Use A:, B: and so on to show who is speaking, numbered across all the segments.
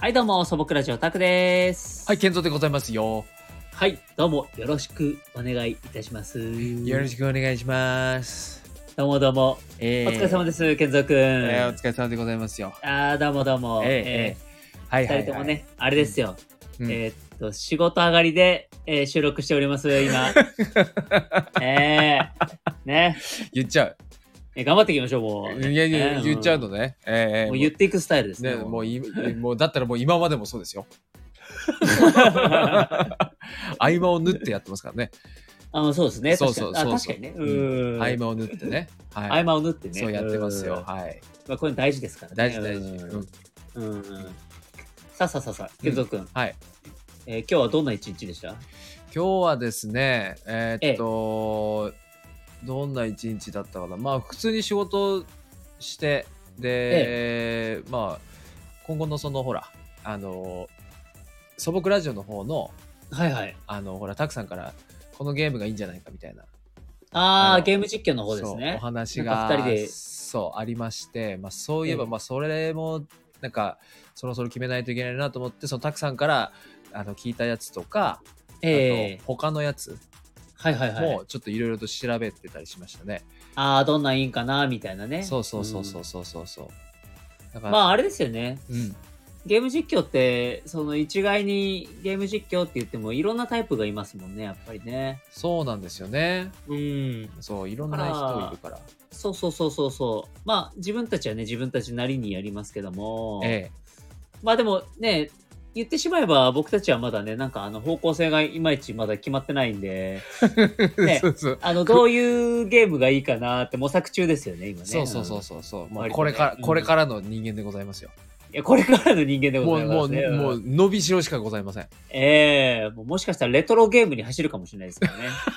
A: はい、どうも、素朴ラジオタクです。
B: はい、健三でございますよ。
A: はい。どうも、よろしくお願いいたします。
B: よろしくお願いします。
A: どうもどうも。
B: え
A: お疲れ様
B: で
A: です、健三くん。
B: えーお疲れ様でございますよ。
A: あー、どうもどうも。
B: ええはい
A: え
B: はい、
A: ー
B: はい。
A: 二人ともね、あれですよ。
B: うん。
A: えーっと、仕事上がりで、えー収録しております、 今。ねえ。ね
B: 言っちゃう。
A: え。頑張っていきましょう、もう。
B: いやい
A: え
B: や、
A: ー
B: 言っちゃうのね。ええええ
A: もう言っていくスタイルですね。
B: ね、もうい、 もうだったらもう今までもそうですよ。
A: あ
B: 合間を縫ってやってますからね。
A: のそうですね。
B: そうそう
A: 確かにあ
B: そうそう
A: 確かにね。うん。
B: 合間を縫ってね。
A: 合
B: はい。
A: 間を縫ってね。
B: そうやってます
A: う
B: よ。
A: ん
B: はい。
A: まあ、こういうの大事ですからね。
B: 大事
A: う
B: 大事。
A: ん
B: うん
A: うんうんさあさあさあさあ、ケンゾくん、
B: はい。
A: えー今日はどんな一日でした
B: 今日はですね、えーっと、どんな一日だったかな。まあ、普通に仕事して、で、まあ、今後のその、ほら、あの、素朴ラジオの方の、
A: はいはい。
B: あの、ほら、たくさんから、このゲームがいいんじゃないかみたいな。
A: あ
B: あ
A: あ、
B: の
A: ゲーム実況の方です
B: そうお
A: ね。
B: 話
A: なん
B: が
A: か二人で
B: そうありまして、まあ、そういえば、
A: ええ
B: まあそれもなんかそろそろ決めないといけないなと思ってそのたくさんからあの聞いたやつとか、
A: ええ
B: あと他のやつ
A: はいはいはい
B: も。ちょっといろいろと調べてたりしましたね、
A: ああ、どんなんいいんかな、みたいなね。
B: そうそうそうそうそうそうそうだか
A: うん
B: ら、
A: まあ、あれですよね。
B: うん、
A: ゲーム実況って、その一概にゲーム実況って言っても、いろんなタイプがいますもんね、やっぱりね。
B: そうなんですよね
A: うん。
B: そういろんな人いるから
A: そうそうそうそうそう。まあ、自分たちはね、自分たちなりにやりますけども。
B: ええ
A: まあでもね、言ってしまえば僕たちはまだね、なんかあの方向性がいまいちまだ決まってないんで、ね
B: そうそう
A: あの、どういうゲームがいいかなって模索中ですよね、今ね。
B: そうそうそうんそうそう、まあ、
A: 割とね
B: これから、
A: うん
B: これからの人間でございますよ
A: いや、これからの人間でご
B: も
A: ざ
B: う
A: い
B: も
A: ま
B: う
A: すね。
B: も
A: うん
B: う伸びしろしかございません
A: ええもうもしかしたらレトロゲームに走るかもしれないですか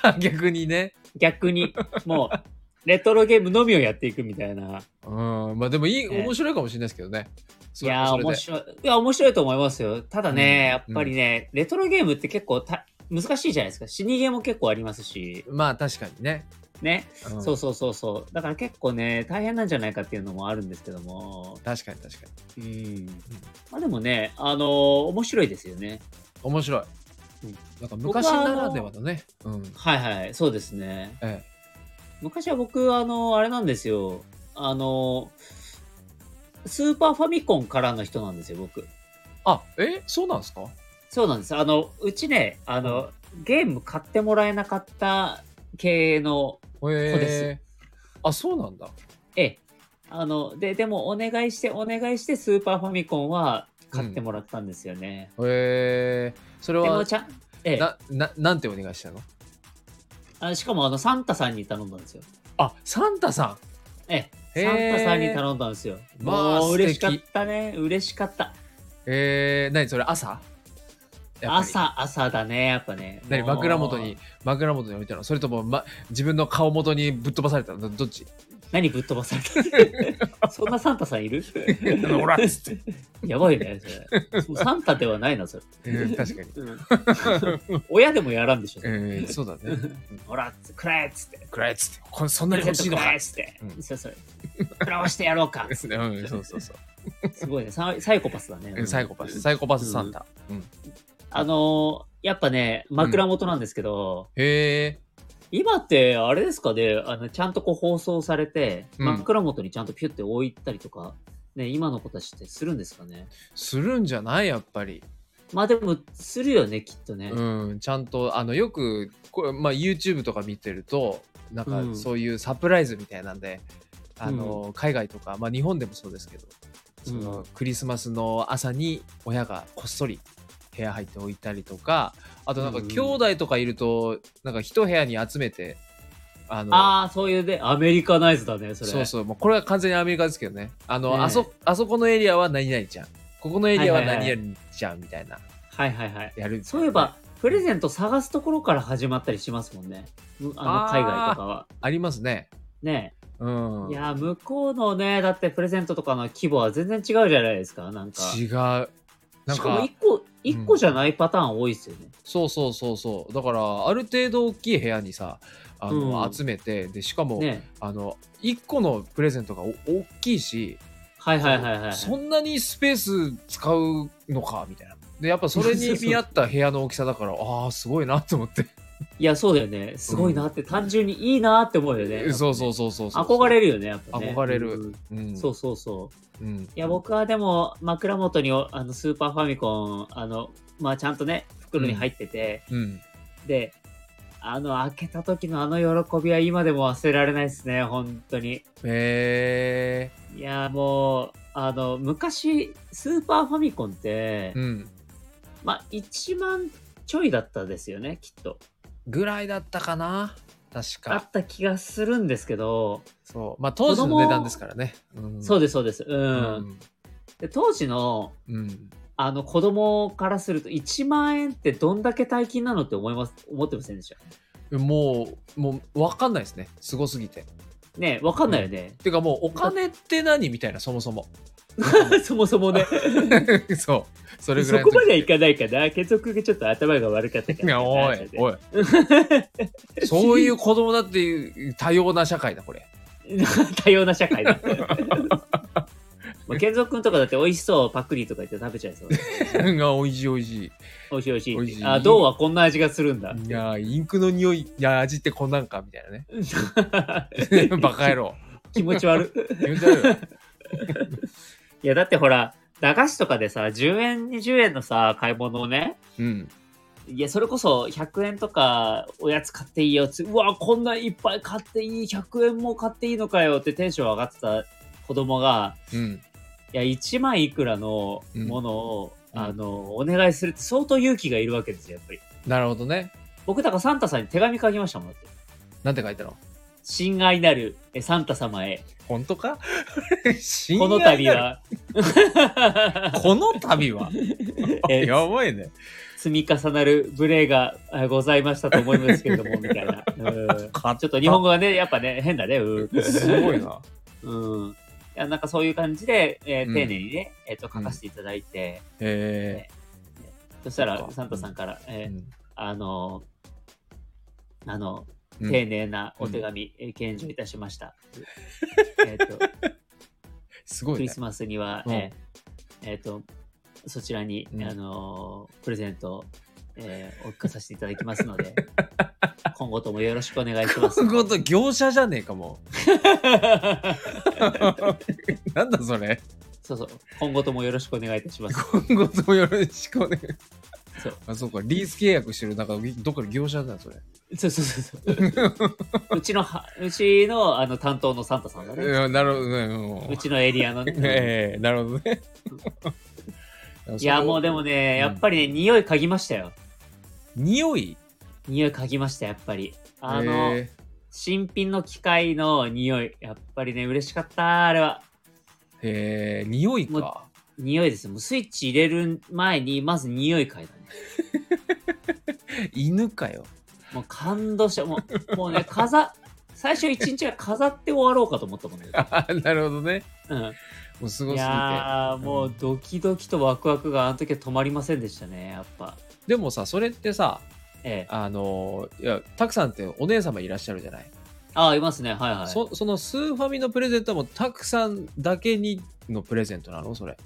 A: らね。
B: 逆にね
A: 逆に、もう、レトロゲームのみをやっていくみたいな。
B: うん、まあでもいい、
A: ね
B: 面白いかもしれないですけどね。
A: い
B: それ
A: やー、
B: それで
A: 面白い。いや、面白いと思いますよ。ただね、
B: うん
A: やっぱりね、レトロゲームって結構た難しいじゃないですか。死にゲーも結構ありますし、
B: まあ確かにね。
A: ね。
B: うん
A: そうそうそうそう。だから結構ね、大変なんじゃないかっていうのもあるんですけども。
B: 確かに確かに。
A: うん。まあでもね、あのー面白いですよね。
B: 面白い。
A: うん
B: なんか昔
A: 僕はあ
B: な
A: の
B: らではのね。うん。
A: はいはい、そうですね。
B: え
A: 昔は僕、あのーあれなんですよ。あのースーパーファミコンからの人なんですよ、僕。
B: え、あ、えそうなんですか
A: そうなんです。あの、うちね、あの、ゲーム買ってもらえなかった系の、そうで
B: へえ。あ、そうなんだ。
A: ええ、あの、で、でもお願いして、お願いして、スーパーファミコンは買ってもらったんですよね。
B: へえ。それ
A: で
B: は
A: も、ちゃん、ええ、
B: な、な、なんてお願いしたの
A: あしかもあのサンタさんに頼んだんですよ。
B: あ、サンタさ
A: ええ、
B: へ
A: サン
B: ー
A: タさんに頼んだんですよ。
B: まあ
A: もう
B: 素敵
A: 嬉しかったね。嬉しかった。
B: ん。へえ、何それ朝やっぱり。
A: 朝、朝だね、やっぱね。
B: 何
A: もう
B: 枕元に。、枕元に置いたのそれとも、ま、自分の顔元にぶっ飛ばされたのどどっち
A: 何ぶっ飛ばされ たそんなサンタさんいる
B: ほらっつって。
A: やばいね、それ。もうサンタではないな、それ。
B: うん確かに。
A: 親でもやらんでしょ。それ
B: ええ、そうだ ね。
A: ほら、くれっつって。
B: くらえっつって、これそん
A: プ
B: な
A: レ
B: に
A: ゼント
B: 欲しい
A: く
B: のか
A: れっつって。
B: う
A: そうそう。これをしてやろうか。
B: ですね。うん、そうそうそう。
A: すごいね。ササイコパスだね。
B: サイコパス、サイコパスサンタ。うん。
A: あのーやっぱね、枕元なんですけど、
B: へえ。
A: 今って、あれですかね、あの、ちゃんとこう放送されて、
B: うん
A: 枕元にちゃんとピュって置いたりとか、ね、今の子たちってするんですかね。
B: するんじゃないやっぱり。
A: まあでも、するよね、きっとね。
B: うん。ちゃんと、あの、よく、これ、まあ、YouTube とか見てると、なん
A: う
B: か、
A: ん
B: そういうサプライズみたいなんで、あの、海外とか、まあ、日本でもそうですけど、そ
A: うん
B: の、クリスマスの朝に親がこっそり部屋入っておいたりとか、あとなんか、
A: うん
B: 兄弟とかいると、なんか、一部屋に集めて、あの、
A: ああ、そういうね、アメリカナイズだね、それ。
B: そうそう、もうこれは完全にアメリカですけどね。あの、
A: ねえ
B: あそ、あそこのエリアは何々ちゃん。ここのエリアは
A: はいはいは
B: 何
A: い
B: 々ちゃんみたいな。
A: はいはいはい。
B: やる、
A: そういえば、、プレゼント探すところから始まったりしますもんね。むあの、
B: あー
A: 海外とかは。
B: ありますね。
A: ね
B: うん。
A: いやー、向こうのね、だってプレゼントとかの規模は全然違うじゃないですか、なんか。
B: 違う。なん
A: しかも
B: か
A: 1、個、一個じゃないパターン多いですよね。
B: そうそうそうそう。だから、ある程度大きい部屋にさ、あの、
A: うん
B: 集めて、で、しかも、
A: ね
B: あの、一個のプレゼントがお大きいし、
A: はいはいはいはい。
B: そんなにスペース使うのかみたいな。でやっぱそれに見合った部屋の大きさだからああすごいなと思って
A: いや、そうだよね。すごいなって、単純にいいなって思うよ ね。
B: そうそううそうそうそう
A: 憧れるよね、やっぱね。
B: 憧れる
A: うん
B: うん
A: そうそうそう。
B: うん
A: いや、僕はでも、枕元におあのスーパーファミコン、あの、まあ、ちゃんとね、袋に入ってて、
B: うん
A: で、あの、開けた時のあの喜びは今でも忘れられないですね、本当に。
B: へえ
A: いや、もう、あの、昔、スーパーファミコンって、
B: うん
A: まあ、1万ちょいだったですよね、きっと。
B: ぐらいだったかな確
A: あ
B: か
A: った気がするんですけど、
B: そうまあ当時の値段ですからね、うん
A: そうです、そうです。
B: う
A: うん、で当時の
B: うん
A: あの子供からすると1万円ってどんだけ大金なのって思います思ってませんでした
B: もうもう分かんないですねすごすぎて
A: ねえわかんないよね、
B: てかもうお金って何みたいなそも そも
A: そもそもね
B: そうそれぐ
A: そ
B: らい
A: こまではい
B: か
A: かないかな継続がちょっと頭が悪かったから
B: おいおいそういう子供だっていう多様な社会だこれ
A: 多様な社会 だまあ、健三君とかだって美味しそうパクリとか言って食べちゃ いそう。
B: が美味しい美味しい
A: 美味しい美味しいって
B: 美味しい
A: あ、銅はこんな味がするんだ。
B: いやーインクの匂いいやー味ってこんなんかみたいなね バカ野郎
A: 気持ち悪い。
B: 気持ち悪いわ
A: いや、だってほら、駄菓子とかでさ、10円、20円のさ、買い物をね、
B: うん
A: いや、それこそ100円とかおやつ買っていいよつうわ、こんないっぱい買っていい、100円も買っていいのかよってテンション上がってた子供が、
B: うん
A: いや、1万いくらのものを、
B: うん
A: あの、お願いするって相当勇気がいるわけですよ、やっぱり。
B: なるほどね
A: 僕、だからサンタさんに手紙書きましたもん、だって。
B: なんて書いたの
A: 親愛なるえサンタ様へ、
B: 本当 か
A: この度は、
B: この度は
A: え
B: やばいね
A: 積み重なる無礼があございましたと思いますけれども、みたいな。うん
B: か
A: ちょっと日本語がね、やっぱね、変だね。うん
B: すごいな
A: うん。いや、なんかそういう感じで、えー
B: うん
A: 丁寧にね、えっ、と、書かせていただいて、
B: へ
A: そした
B: そっ
A: ら、
B: か
A: サンタさんから、
B: え
A: えー
B: うん
A: あのーあの、
B: うん
A: 丁寧なお手紙、えー献上いたしま した。えっと、
B: すご
A: ク
B: い
A: リ
B: ね
A: スマスには、
B: うん
A: えーえーと、そちらに、
B: うん
A: あのープレゼントを、えーお聞かさせていただきますの で、今後ともよろしくお願いします。
B: すごと 業者じゃねえかもうなんだそれ
A: そうそう、今後ともよろしくお願いいたします。
B: 今後ともよろしくお願い
A: そう
B: あそうかリース契約してるなんかどっかの業者だそれ
A: そうそうそう そう。うちのは、うちの、あの、担当のサンタさんだね。
B: うんなるほどねうん
A: うちのエリアのね。
B: ええなるほどね
A: いや、もうでも
B: ね
A: ね、
B: うん
A: やっぱりね、匂い嗅ぎましたよ。
B: 匂い
A: 匂い嗅ぎました、やっぱり。あ
B: へ
A: の、新品の機械の匂い、やっぱりね、嬉しかった、あれは。
B: えへえ匂いか
A: 匂いですよ。もうスイッチ入れる前に、まず匂い嗅いだね。
B: 犬か よ
A: もう感動した。もう、もうね、飾、最初一日は飾って終わろうかと思ったもんね。
B: あなるほどね
A: うん。
B: もうすご
A: い
B: すぎて
A: やーも
B: う
A: うんドキドキとワクワクがあの時は止まりませんでしたねやっぱ
B: でもさそれってさ
A: ええ
B: あのいやたくさんってお姉様いらっしゃるじゃない、
A: ああいますねはいはい
B: そそのスーファミのプレゼントはもうたくさんだけにのプレゼントなのそれへ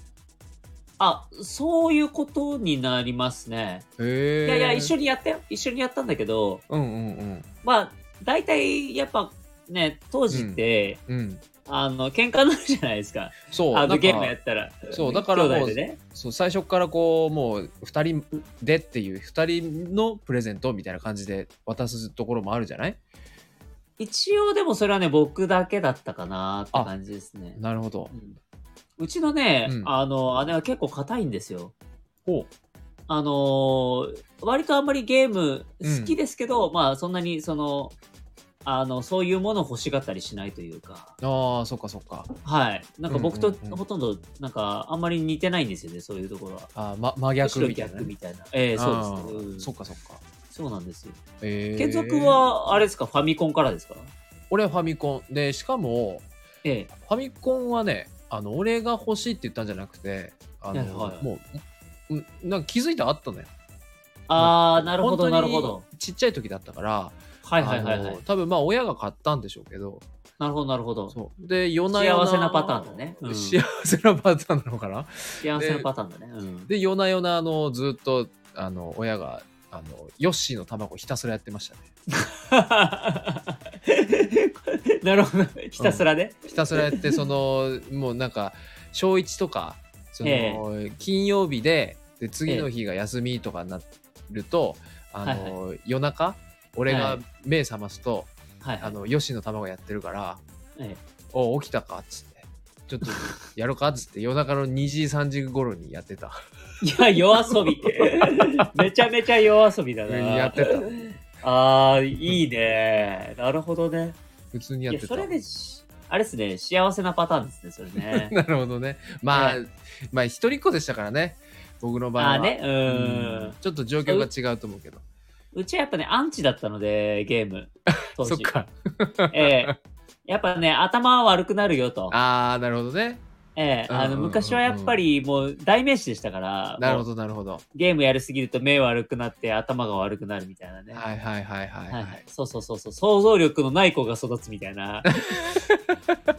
A: あそういうことになりますねい
B: え
A: やいや一緒
B: に
A: にやったよ一緒にやったんだけど
B: うんうんうん
A: まあ大体やっぱね当時って、
B: うん
A: あの喧嘩になるじゃないですか
B: そう
A: あ
B: な
A: の
B: ん
A: ゲームや
B: か
A: ったら
B: そうだからもう
A: 兄弟でね
B: そう最初からこうもう2人でっていう2人のプレゼントみたいな感じで渡すところもあるじゃない
A: 一応でもそれはね僕だけだったかなって感じですね
B: なるほど
A: うんうちのね、
B: うん
A: あの姉は結構硬いんですよ
B: ほ
A: あのー割とあんまりゲーム
B: うん
A: 好きですけど、まあそんなにその、あの、そういうものを欲しがったりしないというか、
B: うああそっかそっか
A: はい。なんか僕
B: う
A: と
B: んうんうん
A: ほとんど、なんかあんまり似てないんですよね、そういうところは。
B: あー、ま、真
A: むしろ
B: 逆みたいな
A: 逆み
B: ね、
A: たいな。ええ
B: あー
A: そうですね、うん
B: そっかそっか
A: そうなんですよ。
B: ええ
A: 継続は、あれですか、ファミコンからですか
B: 俺はファミコンでしかも
A: ええ
B: ファミコンはねあの俺が欲しいって言ったんじゃなくてあの、
A: はいはい
B: もううんなんか気づいたらあったのよ
A: ああ、なるほど、
B: 本当
A: な
B: に
A: るほど。
B: ちっちゃい時だったから
A: はいはいはいはい
B: あの。多分まあ親が買ったんでしょうけど
A: なるほど、なるほど。
B: そうで夜な夜な
A: 幸せなパターンだね。うん
B: 幸せなパターンなのかな
A: 幸せなパターンだね。うん
B: で夜な夜なあのずっとあの親があのヨッシーの卵ひたすらやってましたね
A: なるほど。ひたすらね。
B: ひたすらやって そのもうなんか小1とかその、
A: え
B: 金曜日でで次の日が休みとかになると、あの夜中俺
A: は
B: が
A: い
B: 目覚ますと、
A: はいはい。
B: あのヨシの卵やってるから
A: え
B: 「お起きたか」っつって「 ちょっとやろうか」っつって夜中の2時3時頃にやってた
A: えいや、夜遊び。めちゃめちゃ夜遊びだな。
B: やってた
A: ああ、いいね。なるほどね。
B: 普通に
A: い
B: やっ
A: や、
B: て
A: そ
B: た
A: れでし、あれですね、幸せなパターンですね、それね。
B: なるほどねまあ、
A: え
B: まあ一人っ子でしたからね僕の場合は
A: ああーね、う。
B: うんんちょっと状況が違うと思うけど
A: うちはやっぱね、アンチだったので、ゲーム。当時
B: そっ。か
A: ええやっぱね、頭悪くなるよと。
B: ああなるほどね
A: ええあ
B: うんうんうんう
A: の、
B: ん
A: 昔はやっぱりもう代名詞でしたから、
B: なるほ
A: もう
B: どなるほど
A: ゲームやりすぎると目悪くなって頭が悪くなるみたいなね。
B: はいはいはいはい
A: は
B: はいい、
A: はい、そうそうそうそう想像力のない子が育つみたい な
B: ま
A: そ
B: あ
A: う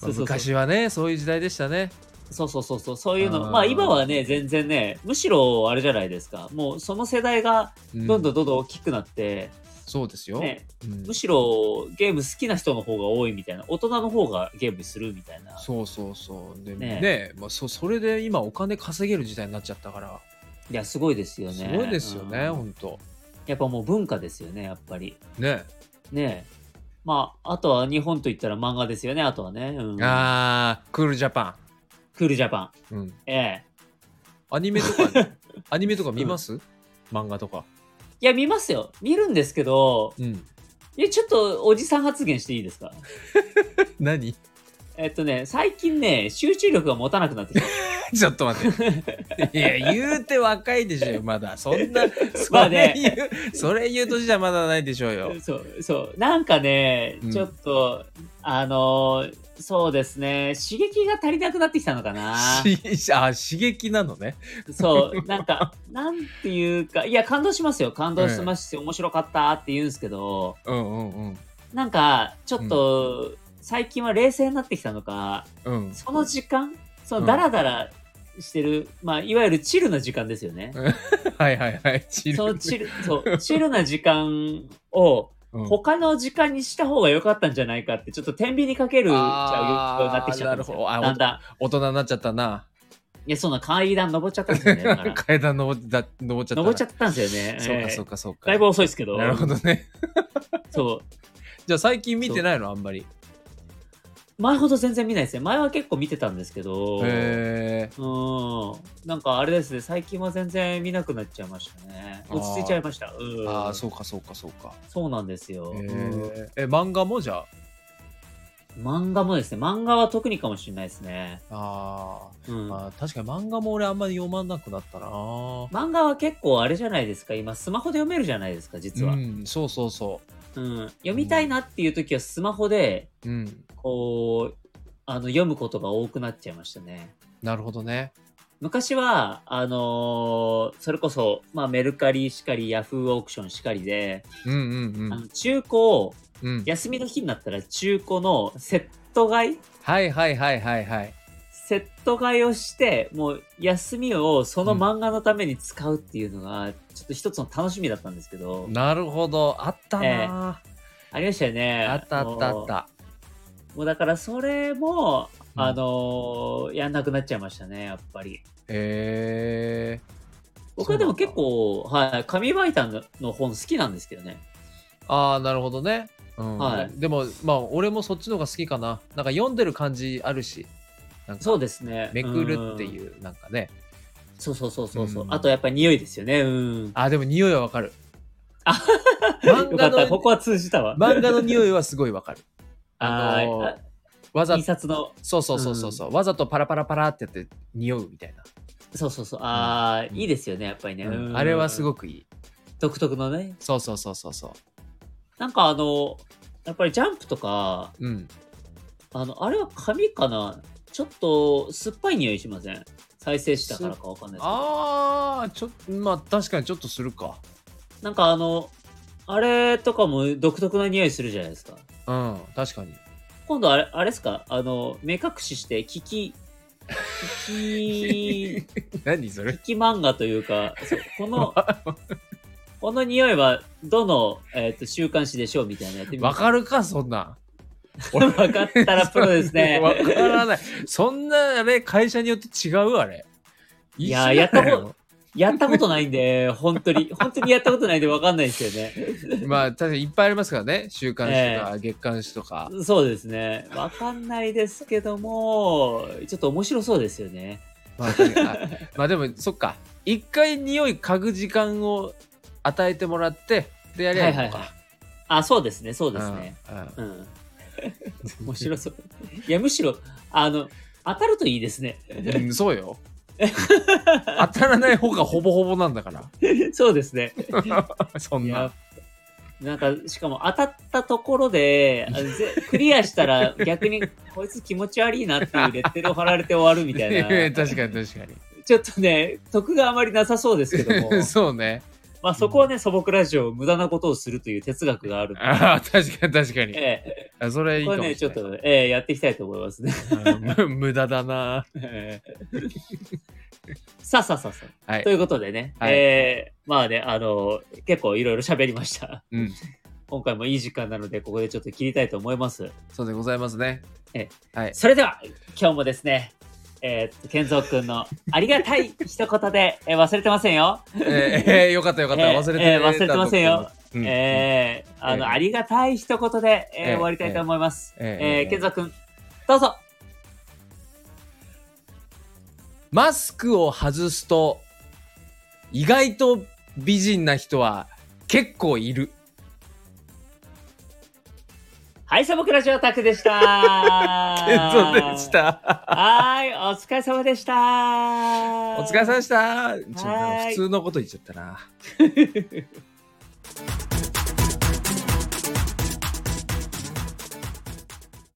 A: そうそう
B: 昔はねそういう時代でしたね
A: そうそうそうそうそういうの
B: あー
A: まあ今はね全然ねむしろあれじゃないですかもうその世代がどんどん
B: ん
A: どんどん大きくなって、
B: そうですよ、
A: ね、
B: うん
A: むしろゲーム好きな人の方が多いみたいな大人の方がゲームするみたいな
B: そうそうそうで
A: ね
B: ねまあ、そそれで今お金稼げる時代になっちゃったから
A: いやすごいですよね
B: すごいですよね、
A: うん
B: ほんと
A: やっぱもう文化ですよねやっぱり
B: ね、
A: ねまああとは日本といったら漫画ですよねあとはね、うん、
B: あークールジャパ
A: クールジャパ
B: ン、うん、
A: ンええ
B: アニメと かアニメとか見ます、漫画とか
A: いや見ますよ見るんですけど
B: うん
A: いや、ちょっとおじさん発言していいですか
B: 何
A: えっとね、最近ね、集中力が持たなくなってきた。
B: ちょっと 待っていや言うて若いでしょまだそんなそ
A: まあね
B: れ言う、それ言う年じゃまだないでしょうよ
A: そう、そう。なんかね
B: う、ん
A: ちょっと、あのーそうですね、刺激が足りなくなってきたのかな。
B: し あ刺激なのね
A: そう、なんか、なんていうか、いや、感動しますよ。感動しますし、面白かったって言うんですけど、
B: うんうんうん
A: なんか、ちょっと、最近は冷静になってきたのか、
B: うん
A: その時間、そのダラダラしてる、まあ、いわゆるチルな時間ですよね。
B: はいはいはいチル
A: そのチル、そう、チルな時間を
B: うん
A: 他の時間にした方が良かったんじゃないかって、ちょっと天秤にかけるちゃうようになってきちゃったんです
B: あーなるほ
A: よ。
B: どあ
A: だんだん。
B: 大人になっちゃったな。
A: いや、そんな階段登っちゃったんですよね。 だから
B: 階段登っだ登っちゃったな。
A: 登っちゃったんですよね。
B: そう
A: え
B: か
A: え
B: そうかそうか。
A: だいぶ遅いですけど。
B: なるほどね。
A: そ
B: じゃあ最近見てないのあんまり。
A: う。前ほど全然見ないですね。前は結構見てたんですけど。
B: へえ。
A: うん。なんかあれですね、最近は全然見なくなっちゃいましたね。落ち着いちゃいました。うん。
B: ああそうかそうかそうか。
A: そうなんですよ。
B: へ
A: うん
B: ーえ漫画もじゃ
A: 漫画もですね、漫画は特にかもしれないですね。
B: ああ
A: うん
B: ー、まあ確かに漫画も俺あんまり読まなくなったな。
A: 漫画は結構あれじゃないですか今スマホで読めるじゃないですか実は、
B: う
A: うん
B: んそうそうそ
A: 読みたいなっていう時はスマホで
B: う。うん
A: こうあの読むことが多くなっちゃいましたね
B: なるほどね。
A: 昔はあのーそれこそ、まあ、メルカリしかりヤフーオークションしかりで、
B: うんうんう
A: あ
B: ん
A: の中古を
B: うん。
A: 休みの日になったら中古のセット買い
B: はいはいはいはいはい。
A: セット買いをしてもう休みをその漫画のために使うっていうのが、ちょっと一つの楽しみだったんですけど、
B: なるほどあったな。
A: ありましたよね
B: あったあったあ
A: も
B: っ
A: う
B: た。
A: もうだからそれも、
B: うん
A: あのーやんなくなっちゃいましたね、やっぱり。
B: へえ。
A: 僕はでも結
B: そう
A: 構、はい、紙媒体のの本好きなんですけどね。
B: ああなるほどね、うん
A: はい
B: でもまあ俺もそっちの方が好きかななんか読んでる感じあるしなんか
A: そうですね。
B: めくるって
A: うん。
B: いうなんかね
A: そうそうそうそうそう。
B: うん
A: あとやっぱり匂いですよね。うん。
B: あーでも匂いは わかる
A: あ
B: 漫
A: よかっ
B: 画
A: た、こ
B: の
A: こは通じたわ。
B: 漫画の匂いはすごいわかる
A: あー、
B: あのー
A: あ
B: わざ
A: 印刷の、
B: そうそうそうそうそう、わざとパラパラパラってやって匂うみたいな、
A: そうそうそう。ああ、
B: うん
A: いいですよね、やっぱりね。
B: うんあれはす
A: い。
B: ごくいい
A: 独特のね。
B: そうそうそうそうそ
A: なんかあの、やっぱりジャンプとか、
B: ううん
A: あの、あれは紙かなちょっと酸っぱい匂いしません再生したからかわかんないですけど。
B: あーちょっとまあ確かにちょっとするか
A: なんかあの、あれとかも独特な匂いするじゃないですか。
B: うん確かに
A: 今度あれ、あれですかあの、目隠しして、聞き、聞 き、
B: 何それ
A: 聞き漫画というか、そうこ の、この匂いはどの、えー、と週刊誌でしょうみたいなやってみま
B: わ
A: す
B: かるかそんなん
A: わかったらプロですね。
B: わからないそんなあれ会社によって違うあれ
A: いやー
B: 一緒だよ
A: やっやったことないんで、本当に、本当にやったことないんでわかんないですよね。
B: まあ確かにいっぱいありますからね週刊誌とか、月刊誌とか
A: そうですね。わかんないですけども、ちょっと面白そうですよね。
B: まあ確かにあまあでもそっか一回匂い嗅ぐ時間を与えてもらってでやりゃいいのか、
A: はいあ、そうですね、そうですね。
B: うんうん
A: うん。 面白そう。いや、むしろ、あの、当たるといいですね。
B: うん、そうよ。 当たらない方がほぼほぼなんだから。
A: そうですね。
B: そん
A: いやな
B: な。
A: んかしかも当たったところであのぜクリアしたら逆にこいつ気持ち悪いなっていうレッテルを貼られて終わるみたいな
B: 確かに確
A: ちょっとね得があまりなさそうですけども
B: かに。そうね。
A: まあそこはね素朴ラジオ無駄なことをするという哲学があるので
B: ああ、確かに確かに。
A: え
B: あそれい
A: え、
B: い
A: こ
B: か
A: れ
B: も
A: ね
B: し
A: ち
B: れ
A: ょっ
B: ない。
A: と、ええやっていきたいと思いますね
B: うんむ 無駄だな。
A: ええ さあさあさあさあ、
B: はい
A: ということでね、
B: はい
A: ええまあねあの結構いろいろ喋りました
B: うん。
A: 今回もいい時間なのでここでちょっと切りたいと思います
B: そうでございますね。
A: え
B: はい。
A: それでは今日もですね、えー、健三くんのありがたい一言で、 えー忘れてませんよ。
B: えーえーよかったよかった。
A: えー
B: 忘れてた
A: えー忘れてませんよ。
B: うん
A: えーあの、
B: ええ
A: ありがたい一言で、えー
B: ええ
A: 終わりたいと思います。
B: え
A: え
B: えええ
A: ー、健三くん、どうぞ。
B: マスクを外すと、意外と美人な人は結構いる。
A: はい、サボクラジオタクで した。は
B: そうでした。
A: ーい、お疲れ様でした。
B: お疲れ様でした。ちょっと
A: はーい
B: 普通のこと言っちゃったな。